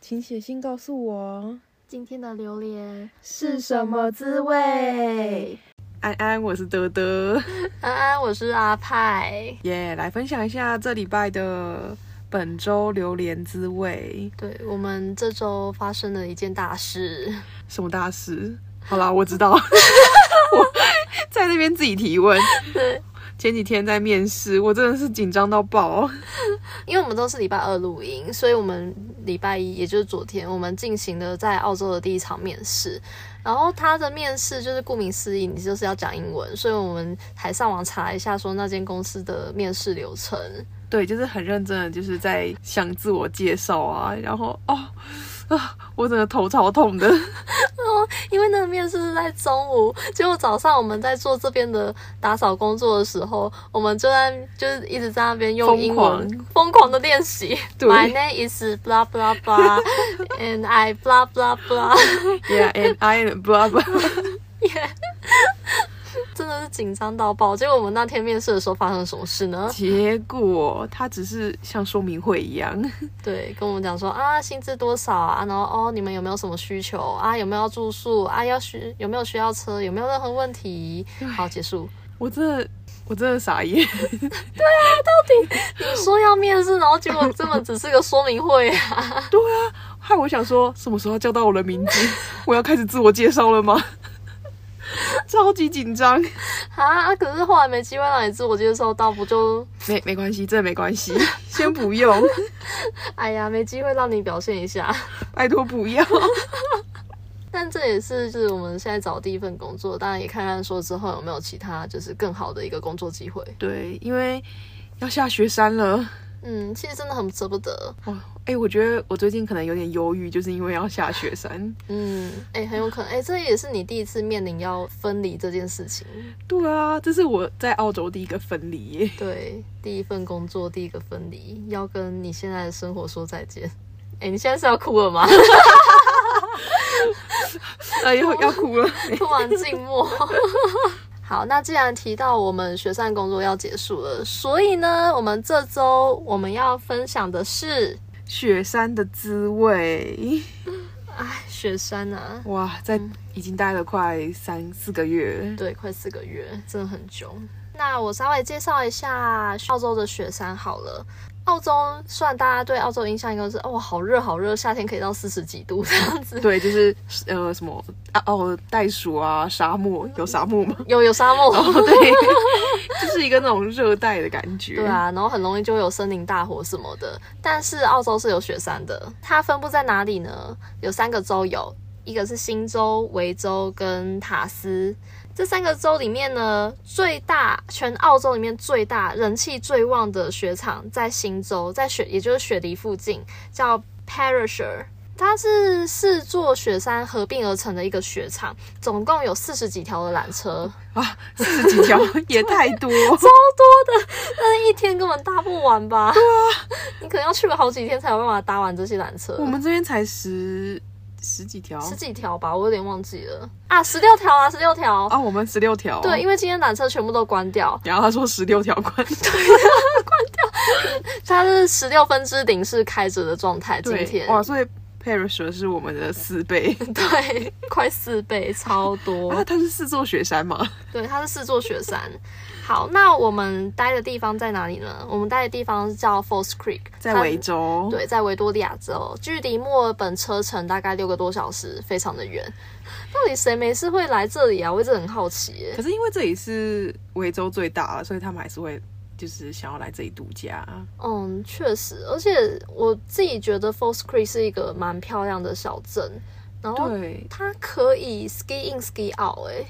请写信告诉我今天的榴莲是什么滋味。安安，我是德德，安安，我是阿派。耶、来分享一下这礼拜的本周榴莲滋味，对我们这周发生了一件大事， 什么大事？好啦，我知 道，我在那边自己提问。对，前几天在面试，我真的是紧张到爆。因为我们都是礼拜二录音，所以我们礼拜一，也就是昨天，我们进行了在澳洲的第一场面试。然后他的面试就是顾名思义，你就是要讲英文，所以我们还上网查一下说那间公司的面试流程。对，就是很认真的，就是在想自我介绍啊，然后哦啊，我整个头超痛 的。因为那个面试是在中午，结果早上我们在做这边的打扫工作的时候，我们就在就是一直在那边用英文疯狂的练习。对 My name is blah blah blah and I blah blah blah， Yeah，and I am blah blah。真的是紧张到爆。结果我们那天面试的时候发生什么事呢？结果他只是像说明会一样，对，跟我们讲说啊，薪资多少啊，然后哦，你们有没有什么需求啊？有没有要住宿啊？要需有没有需要车？有没有任何问题？好，结束。我真的我真的傻眼。 说要面试，然后结果根本只是个说明会啊。啊害我想说，什么时候叫到我的名字？我要开始自我介绍了吗？ 超级紧张，啊，可是后来没机会让你自我介绍到，不就没没关系，真的没关系，先不用， 哎呀，没机会让你表现一下。 拜托不要。但这也是就是我们现在找第一份工作，当然也看看说之后有没有其他就是更好的一个工作机会。对，因为要下雪山了。嗯，其实真的很舍不得。哦，哎，我觉得我最近可能有点忧郁，就是因为要下雪山。嗯，哎、很有可能，哎、这也是你第一次面临要分离这件事情。对啊，这是我在澳洲第一个分离耶。 对，第一份工作，第一个分离，要跟你现在的生活说再见。哎、你现在是要哭了吗？哎呦，要哭了。 突然静默。好，那既然提到我们学善工作要结束了，所以呢，我们这周我们要分享的是，雪山的滋味，哎，雪山啊，哇，在已经待了快三四个月。对，快四个月，真的很久。那我稍微介绍一下澳洲的雪山好了。澳洲虽然大家对澳洲印象应该是哦，好热好热，夏天可以到四十几度这样子。对，就是呃什么啊哦，袋鼠啊，沙漠有沙漠吗？有有沙漠，哦，对， 就是一个那种热带的感觉。对，啊，然后很容易就有森林大火什么的。但是澳洲是有雪山的，它分布在哪里呢？有三个州有，一个是新州、维州跟塔斯。这三个州里面呢，最大全澳洲里面最大人气最旺的雪场在新州，在雪也就是雪梨附近，叫 Perisher。它是四座雪山合并而成的一个雪场，总共有四十几条的缆车。啊，四十几条也太多。那一天根本搭不完吧？ 对啊，你可能要去个好几天才有办法搭完这些缆车我。们这边才十十几条十几条吧，我有点忘记了啊，十六条啊，十六条。啊，我们十六条。对，因为今天缆车全部都关掉，然后他说十六条关，它是十六分之零是开着的状态。今对，天哇，所以 Parish 是我们的四倍 对，快四倍，超多啊，。它是四座雪山嘛，对，它是四座雪山。好，那我们待的地方在哪里呢？我们待的地方叫 False Creek，在它维州。对，在维多利亚州，距离墨尔本车程大概六个多小时，非常的远。 到底谁没事会来这里啊？我一直很好奇耶、可是因为这里是维州最大了，所以他们还是会就是想要来这里度假。啊嗯，确实，而且我自己觉得 False Creek 是一个蛮漂亮的小镇，然后对，它可以 ski in ski out 哎、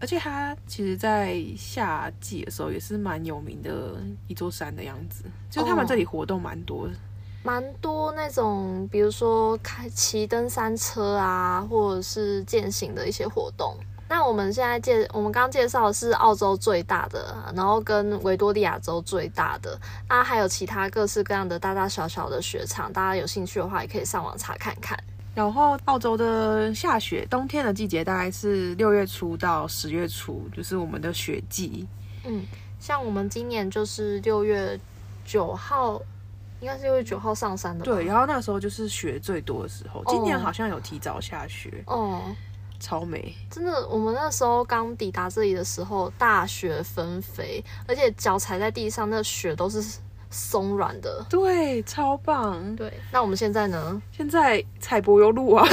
而且它其实，在夏季的时候也是蛮有名的一座山的样子，就是他们哦这里活动蛮多的。蛮多那种，比如说开骑登山车啊，或者是践行的一些活动。那我们现在介，我们刚介绍的是澳洲最大的，然后跟维多利亚州最大的，啊，还有其他各式各样的大大小小的雪场，大家有兴趣的话也可以上网查看看。然后澳洲的下雪，冬天的季节大概是六月初到十月初，就是我们的雪季。嗯，像我们今年就是六月九号，应该是因为九号上山的吧。对，嗯然后那个时候就是雪最多的时候，今年哦好像有提早下雪，哦，超美。真的，我们那时候刚抵达这里的时候，大雪纷飞，而且脚踩在地上，那雪都是松软的。对，超棒！对，那我们现在呢？现在采柏油路 啊，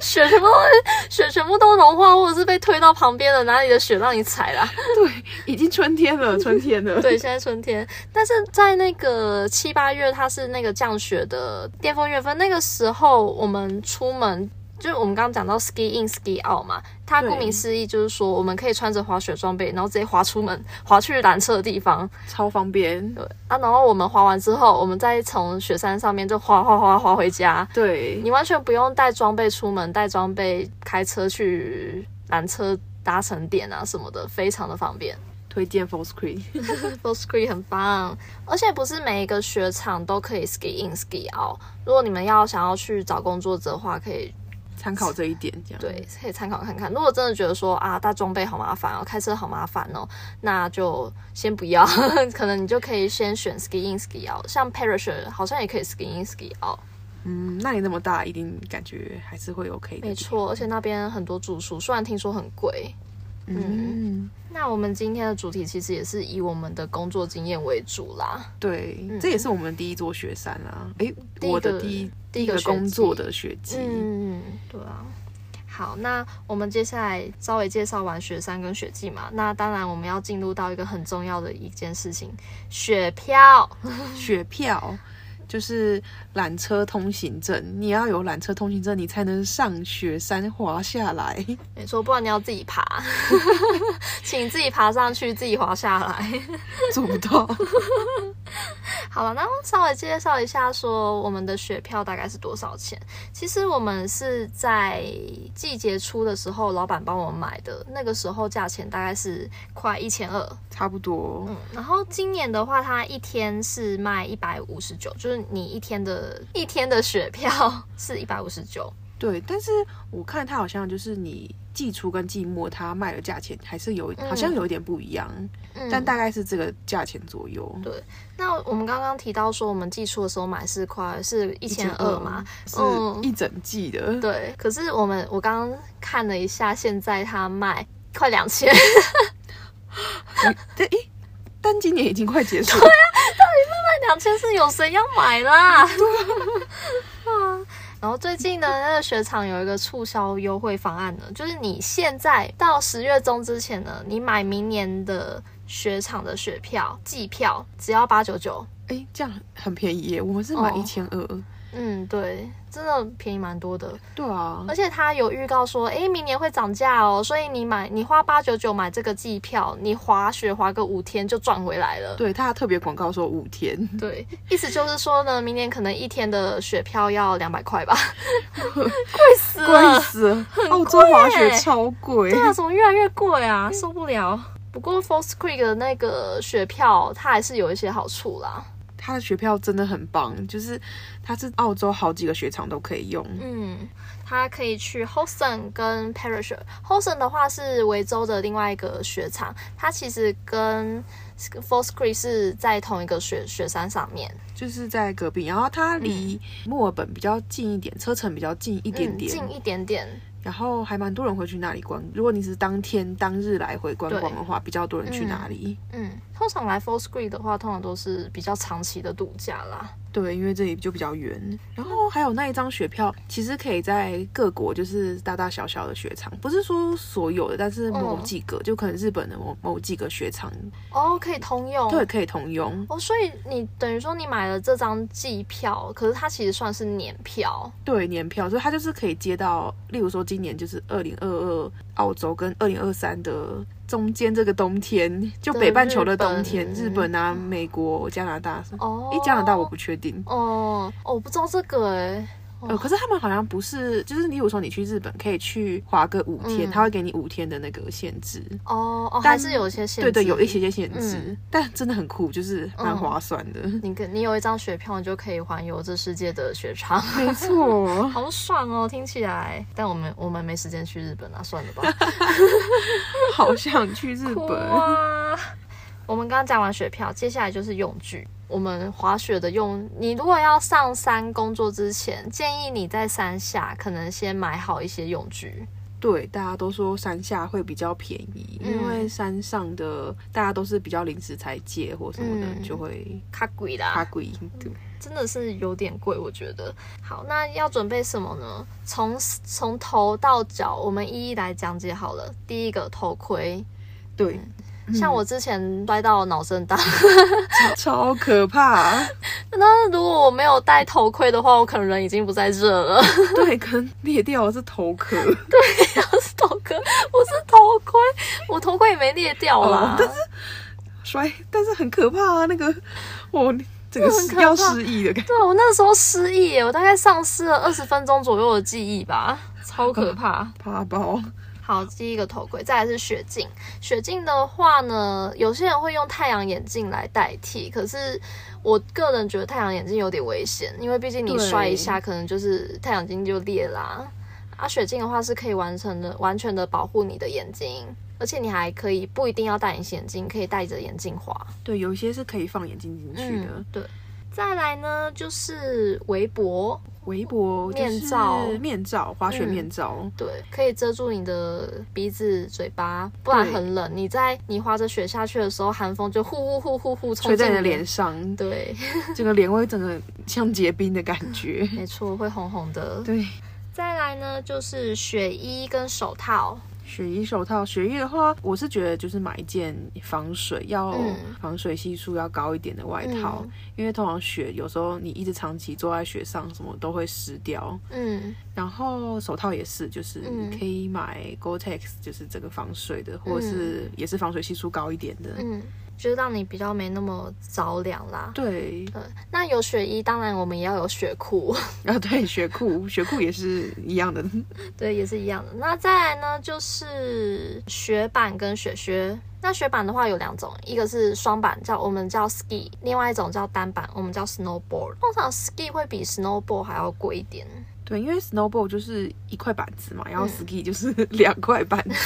雪全部 都雪全部都融化，或者是被推到旁边的哪里的雪让你踩 啦。已经春天了，春天 了。对，现在春天，但是在那个七八月，它是那个降雪的巅峰月份。那个时候我们出门，就是我们刚刚讲到 ski in ski out 嘛，它对顾名思义就是说我们可以穿着滑雪装备，然后直接滑出门，滑去缆车的地方。超方便。对啊，然后我们滑完之后，我们再从雪山上面就滑滑滑滑回家。对，你完全不用带装备出门，带装备开车去缆车搭乘点啊什么的，非常的方便。推荐 Full Screen。 f u l Screen 很棒，而且不是每一个雪场都可以 ski in ski out。如果你们要想要去找工作者的话，可以参考这一点，这样对，可以参考看看。如果真的觉得说啊，带装备好麻烦哦，开车好麻烦哦，那就先不要， 可能你就可以先选 ski in ski out。像 Parish 好像也可以 ski in ski out。嗯，那你那么大，一定感觉还是会 OK 的。没，错，而且那边很多住宿，虽然听说很贵。嗯，那我们今天的主题其实也是以我们的工作经验为主啦。对，嗯这也是我们第一座雪山啊。诶，第一我的个第一第一个个学工作季的学籍，嗯，对啊。好，那我们接下来稍微介绍完雪山跟雪季嘛，那当然我们要进入到一个很重要的一件事情——雪票。雪票就是缆车通行证，你要有缆车通行证，你才能上雪山滑下 来。没错，不然你要自己爬， 请自己爬上去，自己滑下来。 做不到。好了，那我稍微介绍一下，说我们的雪票大概是多少钱？其实我们是在季节初的时候，老板帮我们买的，那个时候价钱大概是快一千二。差不多，嗯，然后今年的话，它一天是卖一百五十九，就是你一天的一天的雪票是一百五十九。对。但是我看它好像就是你季初跟季末，它卖的价钱还是有，嗯好像有一点不一样，嗯，但大概是这个价钱左右。那我们刚刚提到说，我们季初的时候买是快是一千二嘛，是嗯一整季的，对。可是我们我刚刚看了一下，现在它卖快两千。但诶，但今年已经快结束，啊两千四有谁要买啦？啊，然后最近的那个雪场有一个促销优惠方案呢，就是你现在到十月中之前呢，你买明年的雪场的雪票季票，只要八九九。诶，这样很便宜耶，我们是买哦一千二，嗯，对，真的便宜蛮多的，对啊而，且它有预告说，诶，明年会涨价哦，所以你买你花八九九买这个季票，你滑雪滑个五天就赚回来了。对，它还特别广告说五天，对，意思就是说呢，明年可能一天的雪票要两 百块吧，贵死贵了。死了，澳洲滑雪超贵对，啊，怎么越来越贵啊？受不了。不过 False Creek 的那个雪票，它还是有一些好处啦。它的雪票真的很棒，就是它是澳洲好几个雪场都可以用，嗯，它可以去 Houston 跟 Parish。Houston 的话是维州的另外一个雪场，它其实跟 False Creek 是在同一个雪雪山上面，就是在隔壁，然后它离墨尔本比较近一点，车程比较近一点点，嗯嗯、近一点点。然后还蛮多人会去那里观。如果你是当天当日来回观光的话，比较多人去那里。嗯，通常来 False Creek 的话，通常都是比较长期的度假啦。对，因为这里就比较远。然后还有那一张雪票，其实可以在各国就是大大小小的雪场，不是说所有的，但是某嗯几个，就可能日本的某某几个雪场，哦，可以通用。对，。可以通用。哦，所以你等于说你买了这张季票，可是它其实算是年票。对，年票，所以它就是可以接到，例如说今年就是二零二二澳洲跟二零二三的中间这个冬天，就对北半球日的冬本天，日本啊、美国、加拿大，哦。诶，加拿大我不确定。哦哦，我不知道这个哎。呃，可是他们好像不是，就是例如说你去日本可以去滑个五嗯天，他会给你五天的那个限制，哦哦，但还是有一些限制。对对，有一些。些限制，嗯但真的很酷，就是蛮划算的，你可你有一张雪票，你就可以环游这世界的雪 场，没 错。好爽哦！听起来，但我们我们没时间去日本啊，算了吧。好想去日哭本，啊！我们刚刚讲完雪票，接下来就是用具。我们滑雪的用，你如果要上山工作之前，建议你在山下可能先买好一些用具。对，大家都说山下会比较便宜，嗯因为山上的大家都是比较临时才借或什么的，嗯啊就会卡贵啦，怕贵。对，真的是有点贵，我觉得。好，那要准备什么呢？从从头到脚，我们一一来讲解好了。第一个头盔，对，嗯像我之前摔到脑震荡， 嗯超超可怕。 那如果我没有戴头盔的话，我可能人已经不在这了。对，可能裂掉的是头壳， 是头盔，我是头盔，我头盔也没裂掉哦。啦但摔，但是很可怕啊！那个，我整个这很可怕要失忆的感觉。对我那时候失忆耶，我大概丧失了二十分钟左右的记忆吧，超可怕。怕包，好，第一个头盔，再来是雪镜。雪镜的话呢，有些人会用太阳眼镜来代替，可是我个人觉得太阳眼镜有点危险，因为毕竟你对摔一下，可能就是太阳镜就裂啦。啊，雪镜的话是可以完成的，完全的保护你的眼睛，而且你还可以不一定要戴隐形眼镜，可以戴着眼镜滑。对，有一些是可以放眼睛进去的嗯。，对。再来呢，就是围脖，围脖、就是、面罩面罩、滑雪嗯面罩。对，可以遮住你的鼻子、嘴巴，不然对很冷。你在你滑着雪下去的时候，寒风就呼呼呼呼呼冲吹在进你的脸。上， 对，整个脸会整个像结冰的感 觉。没错，会红红的。对，再来呢，就是雪衣跟手套。雪衣手套，雪衣的话，我是觉得就是买一件防水要嗯防水系数要高一点的外套，嗯因为通常雪有时候你一直长期坐在雪上，什么都会湿掉。嗯然后手套也是，就是嗯你可以买 Gore-Tex，就是这个防水的，或者是也是防水系数高一点的。嗯，就是让你比较没那么着凉啦。 对，对，那有雪衣，当然我们也要有雪裤，然后啊对雪裤，雪裤也是一样的。对，也是一样的。那再来呢，就是雪板跟雪靴。那雪板的话有两种，一个是双板，叫我们叫 ski；，另外一种叫单板，我们叫 snowboard。通常 ski 会比 snowboard 还要贵一点。 对，因为 snowboard 就是一块板子嘛，然后嗯 ski 就是 两块板子。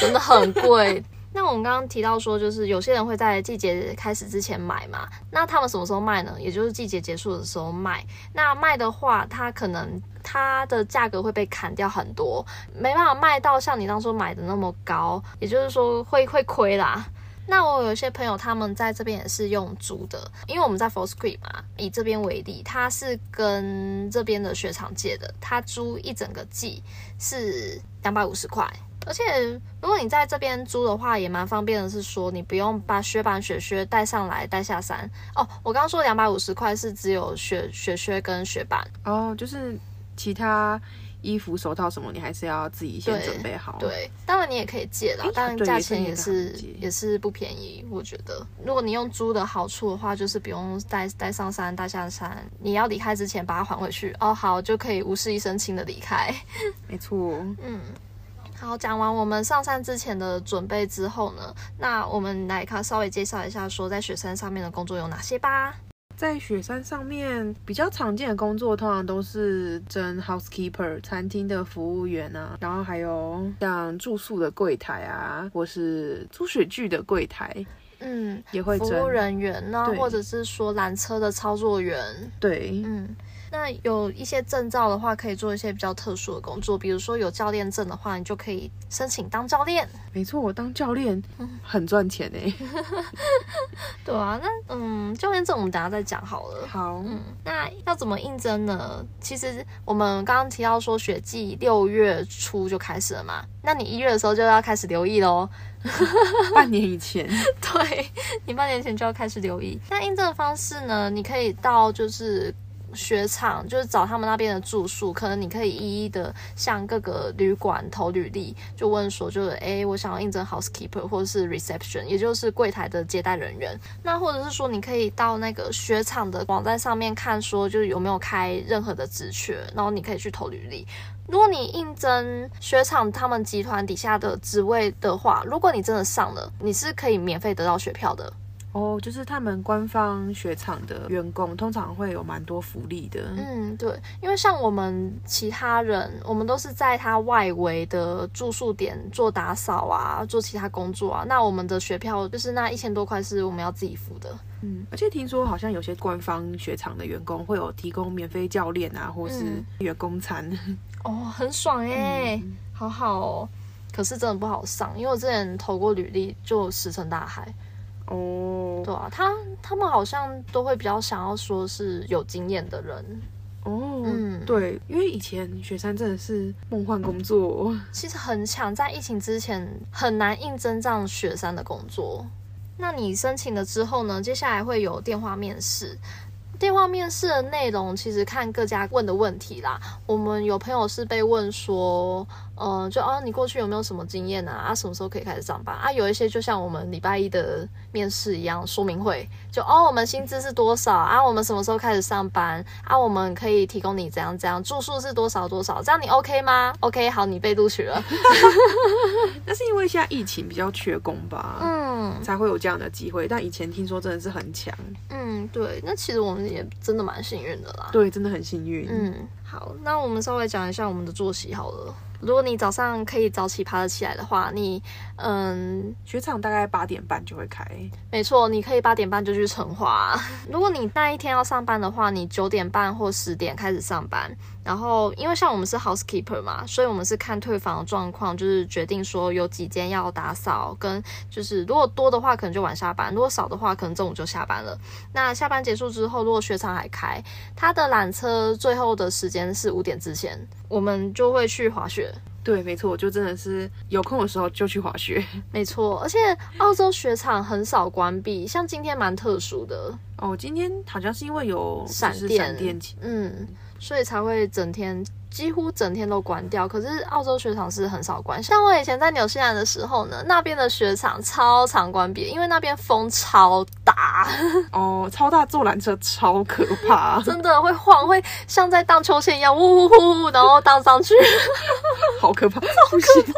真的很贵。 那我们刚刚提到说，就是有些人会在季节开始之前买嘛，那他们什么时候卖呢？也就是季节结束的时候卖。那卖的话，它可能它的价格会被砍掉很多，没办法卖到像你当初买的那么高，也就是说会会亏啦。那我有一些朋友他们在这边也是用租的，因为我们在 f o r s q u a r e 嘛，以这边为例，它是跟这边的雪场借的，它租一整个季是两百五十块。而且，如果你在这边租的话，也蛮方便的。是说你不用把雪板、雪靴带上来、带下山。哦，我刚刚说两百五十块是只有雪雪靴跟雪板， 哦，就是其他衣服、手套什么，你还是要自己先对准备好。，对，当然你也可以借啦哦诶，当然对价也是钱你也的是行情也是不便宜，我觉得。如果你用租的好处的话，就是不用带带上山、带下山，你要离开之前把它还回去。哦，好，就可以无事一身轻的离开。没错。嗯，好，讲完我们上山之前的准备之后呢，那我们来看稍微介绍一下说在雪山上面的工作有哪些吧。在雪山上面比较常见的工作，通常都是真 housekeeper、餐厅的服务员啊，然后还有像住宿的柜台啊，或是租雪具的柜台嗯，也会服蒸务。人员呢，对或者是说缆车的操作员，对，嗯。那有一些证照的话，可以做一些比较特殊的工作，比如说有教练证的话，你就可以申请当教练。没错，我当教练很赚钱欸诶、对啊，那嗯，教练证我们等一下再讲好了。好，嗯，那要怎么应征呢？其实我们刚刚提到说雪季六月初就开始了嘛，那你一月的时候就要开始留意喽。半年以前， 对你半年前就要开始留意。那应征的方式呢？你可以到就是。雪场就是找他们那边的住宿，可能你可以一一的向各个旅馆投履历，就问说就是诶，我想要应征 housekeeper 或者是 reception，也就是柜台的接待人员。那或者是说你可以到那个雪场的网站上面看，说就是有没有开任何的职缺，然后你可以去投履历。如果你应征雪场他们集团底下的职位的话，如果你真的上了，你是可以免费得到雪票的。 哦，就是他们官方雪场的员工通常会有蛮多福利的。嗯，对，因为像我们其他人，我们都是在它外围的住宿点做打扫啊，做其他工作啊。那我们的学票就是那一千多块是我们要自己付的。嗯，而且听说好像有些官方雪场的员工会有提供免费教练啊，或是嗯员工餐。 哦，很爽哎、好好哦。可是真的不好上，因为我之前投过履历就石沉大海。哦对啊，他他们好像都会比较想要说是有经验的人，哦，嗯对，因为以前雪山真的是梦幻工作。 其实很抢，在疫情之前很难应征这样雪山的工作。那你申请了之后呢？接下来会有电话面试。电话面试的内容其实看各家问的问题啦。我们有朋友是被问说，嗯、就哦，你过去有没有什么经验啊？啊，什么时候可以开始上班啊？有一些就像我们礼拜一的面试一样，说明会就哦，我们薪资是多少啊？我们什么时候开始上班啊？我们可以提供你怎样怎样，住宿是多少多少，这样你 OK 吗？OK，好，你被录取了。那是因为现在疫情比较缺工吧， 嗯才会有这样的机会。但以前听说真的是很强，嗯，对，那其实我们也真的蛮幸运的啦。对，真的很幸运。嗯，好，那我们稍微讲一下我们的作息好了。如果你早上可以早起爬得起来的话，你嗯，雪场大概八点半就会开。没错，你可以八点半就去成华。 如果你那一天要上班的话，你九点半或十点开始上班。然后，因为像我们是 housekeeper 嘛，所以我们是看退房的状况，就是决定说有几间要打扫，跟就是如果多的话可能就晚下班，如果少的话可能中午就下班了。那下班结束之后，如果雪场还开，它的缆车最后的时间是五点之前，我们就会去滑雪。对，没错，我就真的是有空的时候就去滑雪。没错，而且澳洲雪场很少关闭，像今天蛮特殊的，哦，今天好像是因为有就是闪电闪电起嗯，所以才会整天几乎整天都关掉。可是澳洲雪场是很少关，像我以前在纽西兰的时候呢，那边的雪场超常关闭，因为那边风超大，哦，超大坐缆车超可怕， 真的会晃，会像在荡秋千一样，呜呼呼呼，然后荡上去。好可怕，好可怕。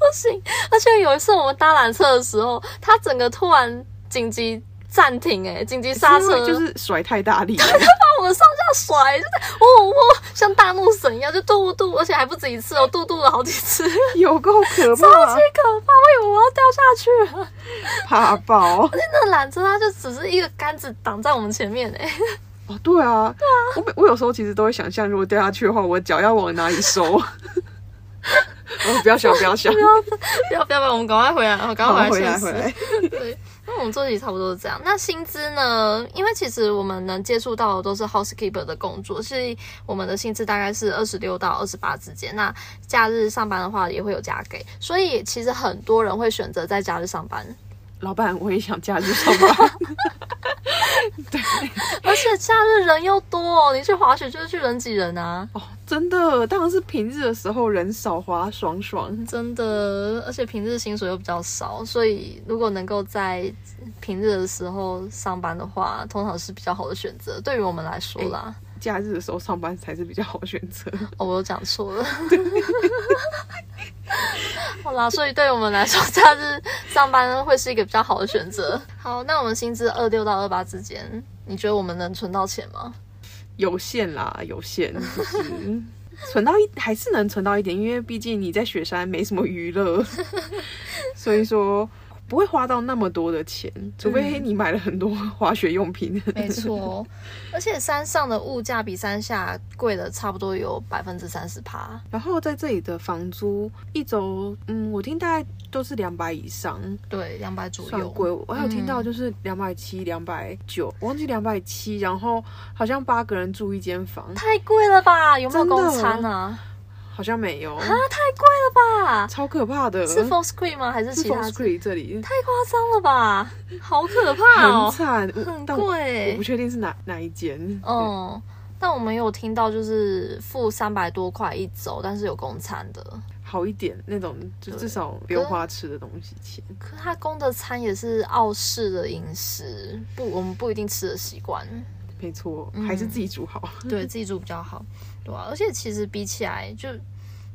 不行。而且有一次我们搭缆车的时候，它整个突然紧急暂停、欸，哎，紧急刹是因为车，就是甩太大力了， 把我们上下甩，就是哦哦，像大怒神一样，就嘟嘟，而且还不止一次哦，嘟嘟了好几次，超有够可怕级，可怕，我以为我要掉下去 了。怕爆。那缆车它就只是一个杆子挡在我们前面、欸，哎，哦，对啊，对啊，我每我有时候其实都会想象，如果掉下去的话，我脚要往哪里收？ 哦，不要想，不要想，不 要不要不要，我们赶快 回来，赶好快回来来回现实。来。对， 那我们作息差不多是这样。那薪资呢？因为其实我们能接触到的都是 housekeeper 的工作，所以我们的薪资大概是二十六到二十八之间。那假日上班的话也会有加给，所以其实很多人会选择在假日上 班。老板，我也想假日上班。 而且假日人又多、哦，你去滑雪就是去人挤人啊，哦，真的，当然是平日的时候人少滑爽爽。真的。而且平日薪水又比较少，所以如果能够在平日的时候上班的话，通常是比较好的选择，对于我们来说啦。假日的时候上班才是比较好的选择。 哦，我又讲错了。 好啦，所以对我们来说，假日上班会是一个比较好的选择。好，那我们薪资二六到二八之间，你觉得我们能存到钱吗？有限啦，有 限，就是存到一还是能存到一点，因为毕竟你在雪山没什么娱 乐，所以说不会花到那么多的钱，除非你买了很多滑雪用品。没错， 而且山上的物价比山下贵了差不多有百分之三十趴。 然后在这里的房租一周，嗯，我听大概都是两百以上，对，两百左算右。嗯贵。我还有听到就是两百七、两百九，忘记两百七，然后好像八个人住一间房，太贵了吧？有没有真的公餐啊？好像没有，啊，太贵了吧？超可怕的。是 full screen 吗？还是嗯是其他 Fox？Creek 这里太夸张了吧？好可怕哦！很哦惨，很但我贵我不确定是哪哪一间。嗯，但我们有听到就是付三百多块一周，但是有供餐的，好一点那种，就对至少不用花吃的东西钱。可他供的餐也是澳式的饮食，不，我们不一定吃的习惯，没嗯错，还是自己煮好。对自己煮比较好，对啊，而且其实比起来就。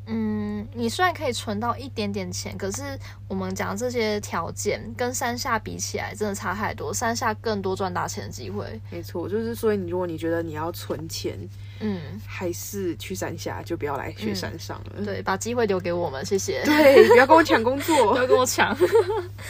嗯，你虽然可以存到一点点钱，可是我们讲这些条件跟山下比起来，真的差太多。山下更多赚大钱的机会。没错，就是所以你如果你觉得你要存钱，嗯，还是去山下，就不要来雪山上了。对，把机会留给我们，谢 谢。对，不要跟我抢工不作。 要跟我抢。好，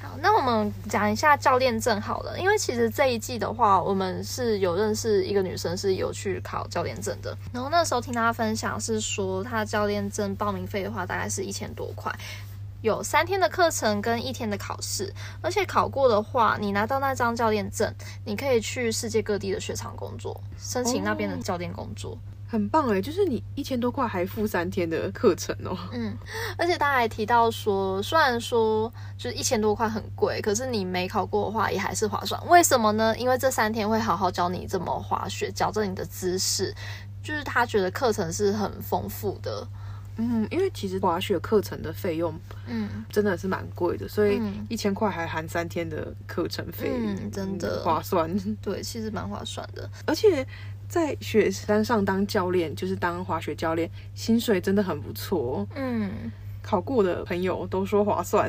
好，那我们讲一下教练证好了，因为其实这一季的话，我们是有认识一个女生是有去考教练证的，然后那时候听她分享是说，她教练证报名费的话大概是一千多块。有三天的课程跟一天的考试，而且考过的话，你拿到那张教练证，你可以去世界各地的雪场工作，申请那边的哦教练工作。很棒哎，就是你一千多块还付三天的课程哦。嗯，而且他还提到说，虽然说就是一千多块很贵，可是你没考过的话也还是划算。为什么呢？因为这三天会好好教你怎么滑雪，矫正你的姿势。就是他觉得课程是很丰富的。嗯，因为其实滑雪课程的费用嗯，真的是蛮贵的，所以嗯一千块还含三天的课程费，嗯真的划算。对，其实蛮划算的。而且在雪山上当教练，就是当滑雪教练，薪水真的很不错。哦嗯，考过的朋友都说划算。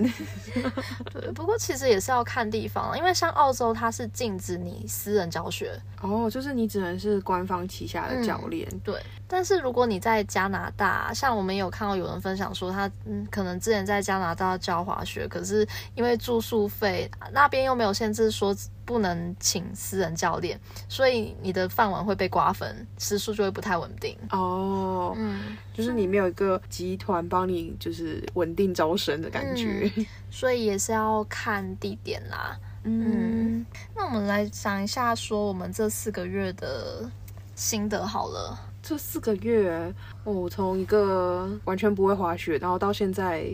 对。不过其实也是要看地方啊啦，因为像澳洲它是禁止你私人教学，哦，就是你只能是官方旗下的教练，对，但是如果你在加拿大，像我们有看到有人分享说他，嗯，可能之前在加拿大教滑雪，可是因为住宿费那边又没有限制说不能请私人教练，所以你的饭碗会被瓜分，时数就会不太稳定。哦，嗯，就是你没有一个集团帮你，就是稳定招生的感觉。所以也是要看地点啦。嗯，嗯，那我们来讲一下说我们这四个月的心得好了。这四个月，我从一个完全不会滑雪，然后到现在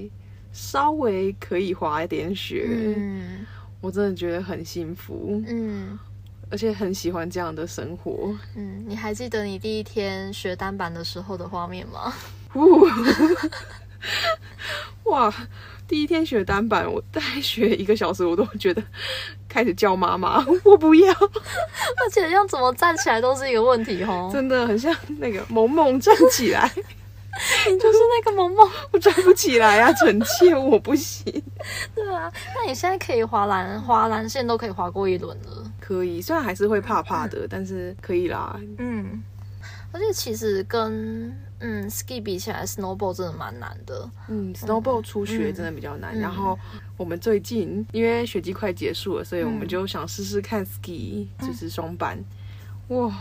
稍微可以滑一点雪，嗯我真的觉得很幸福，嗯而且很喜欢这样的生活。嗯，你还记得你第一天学单板的时候的画面吗？呜， 哇！第一天学单板，我大概学一个小时，我都觉得开始叫妈妈， 我不要， 而且要怎么站起来都是一个问题哦。真的很像那个萌萌站起来，你就是那个萌萌， 我站不起来啊，臣妾我不行。 对啊。那你现在可以滑蓝滑蓝线都可以滑过一轮了。可以，虽然还是会怕怕的，但是可以啦。嗯，而且其实跟嗯 ski 比起来，snowboard 真的蛮难的。嗯，snowboard 初学真的比较难。然后我们最近因为雪季快结束了，所以我们就想试试看 ski，、就是双板。哇，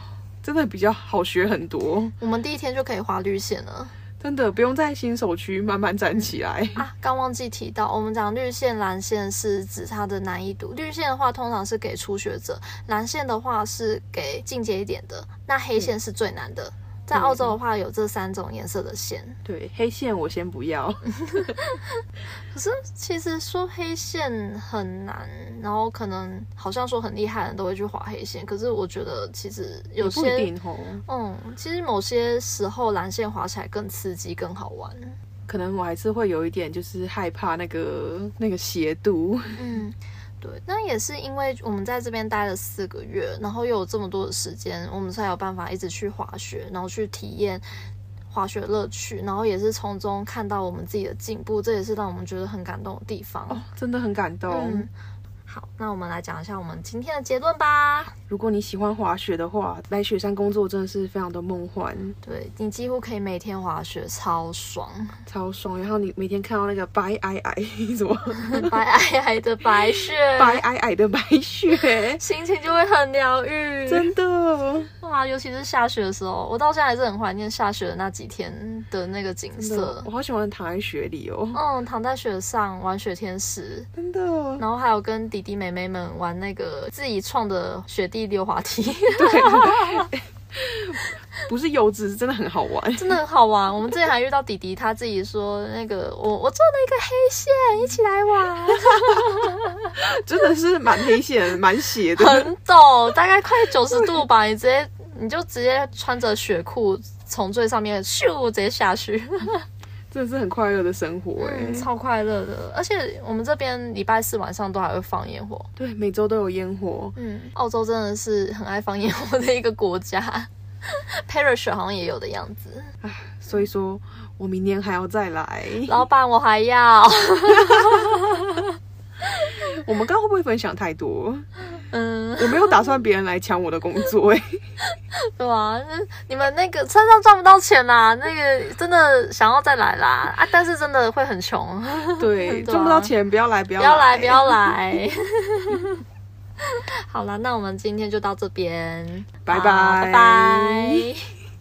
真的比较好学很多。我们第一天就可以滑绿线了真的不用在新手区慢慢站起来。啊！刚忘记提到，我们讲绿线、蓝线是指它的难易度。绿线的话通常是给初学者，蓝线的话是给进阶一点的，那黑线是最难的。在澳洲的话，有这三种颜色的线。对，黑线我先不要。可是其实说黑线很难，然后可能好像说很厉害的人都会去划黑线，可是我觉得其实 有也不一些，定吼，嗯，其实某些时候蓝线划起来更刺激、更好玩。可能我还是会有一点就是害怕那个那个斜度。嗯，对，那也是因为我们在这边待了四个月，然后又有这么多的时间，我们才有办法一直去滑雪，然后去体验滑雪乐趣，然后也是从中看到我们自己的进步，这也是让我们觉得很感动的地方。哦，真的很感动。嗯，好，那我们来讲一下我们今天的结论吧。如果你喜欢滑雪的话，来雪山工作真的是非常的梦幻，对你几乎可以每天滑雪，超爽， 超爽。然后你每天看到那个白皑皑， 什么嗯白皑皑的白雪，白皑皑的白雪， 心情就会很疗愈。真的，哇，尤其是下雪的时候，我到现在还是很怀念下雪的那几天的那个景真的色我。好喜欢躺在雪里哦，嗯，躺在雪上玩雪天使，真的。然后还有跟弟弟妹妹们玩那个自己创的雪地溜 滑梯，不是幼稚，是真的很好玩。 真的很好玩。我们之前还遇到弟弟，他自己说那个我我做了一个黑线，一起来玩。真的是蛮黑线，蛮斜的。很陡，大概快九十度吧。你直接你就直接穿着雪裤从最上面咻直接下去，真的是很快乐的生活哎、嗯， 超快乐的。而且我们这边礼拜四晚上都还会放烟火，对，每周都有烟火，嗯，澳洲真的是很爱放烟火的一个国家。 Parish 好像也有的样子。所以说我明年还要再 来。老板，我还要，我们刚刚会不会分享太多？嗯，我没有打算别人来抢我的工作、欸， 对啊，那你们那个身上赚不到钱啦，那个真的想要再来啦啊，但是真的会很穷，对，很多啊赚不到钱不要来，不不要要来，不要来。 好啦，那我们今天就到这边，拜好拜拜拜。